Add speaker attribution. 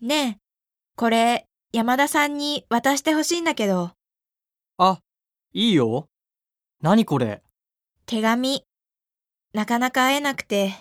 Speaker 1: ねえ、これ、山田さんに渡してほしいんだけど、
Speaker 2: あ、いいよ。何これ。
Speaker 1: 手紙。なかなか会えなくて。